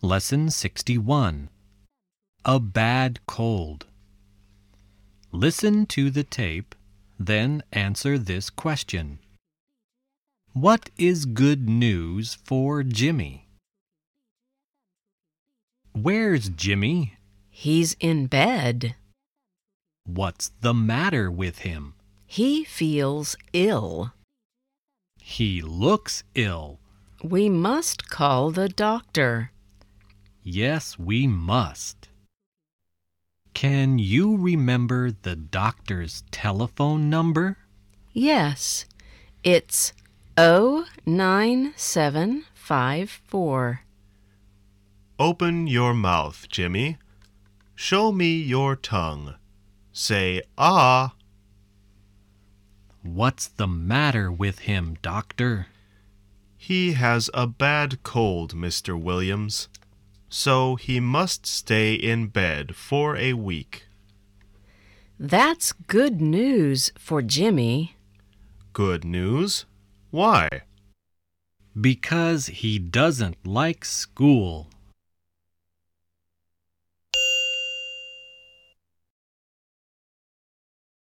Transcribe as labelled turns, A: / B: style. A: Lesson 61 A Bad Cold. Listen to the tape, then answer this question What is good news for Jimmy? Where's Jimmy?
B: He's in bed.
A: What's the matter with him?
B: He feels ill.
A: He looks ill.
B: We must call the doctor.
A: Yes, we must. Can you remember the doctor's telephone number?
B: Yes, it's 09754.
C: Open your mouth, Jimmy. Show me your tongue. Say ah.
A: What's the matter with him, doctor?
C: He has a bad cold, Mr. Williams. So he must stay in bed for a week.
B: That's good news for Jimmy.
C: Good news? Why?
A: Because he doesn't like school.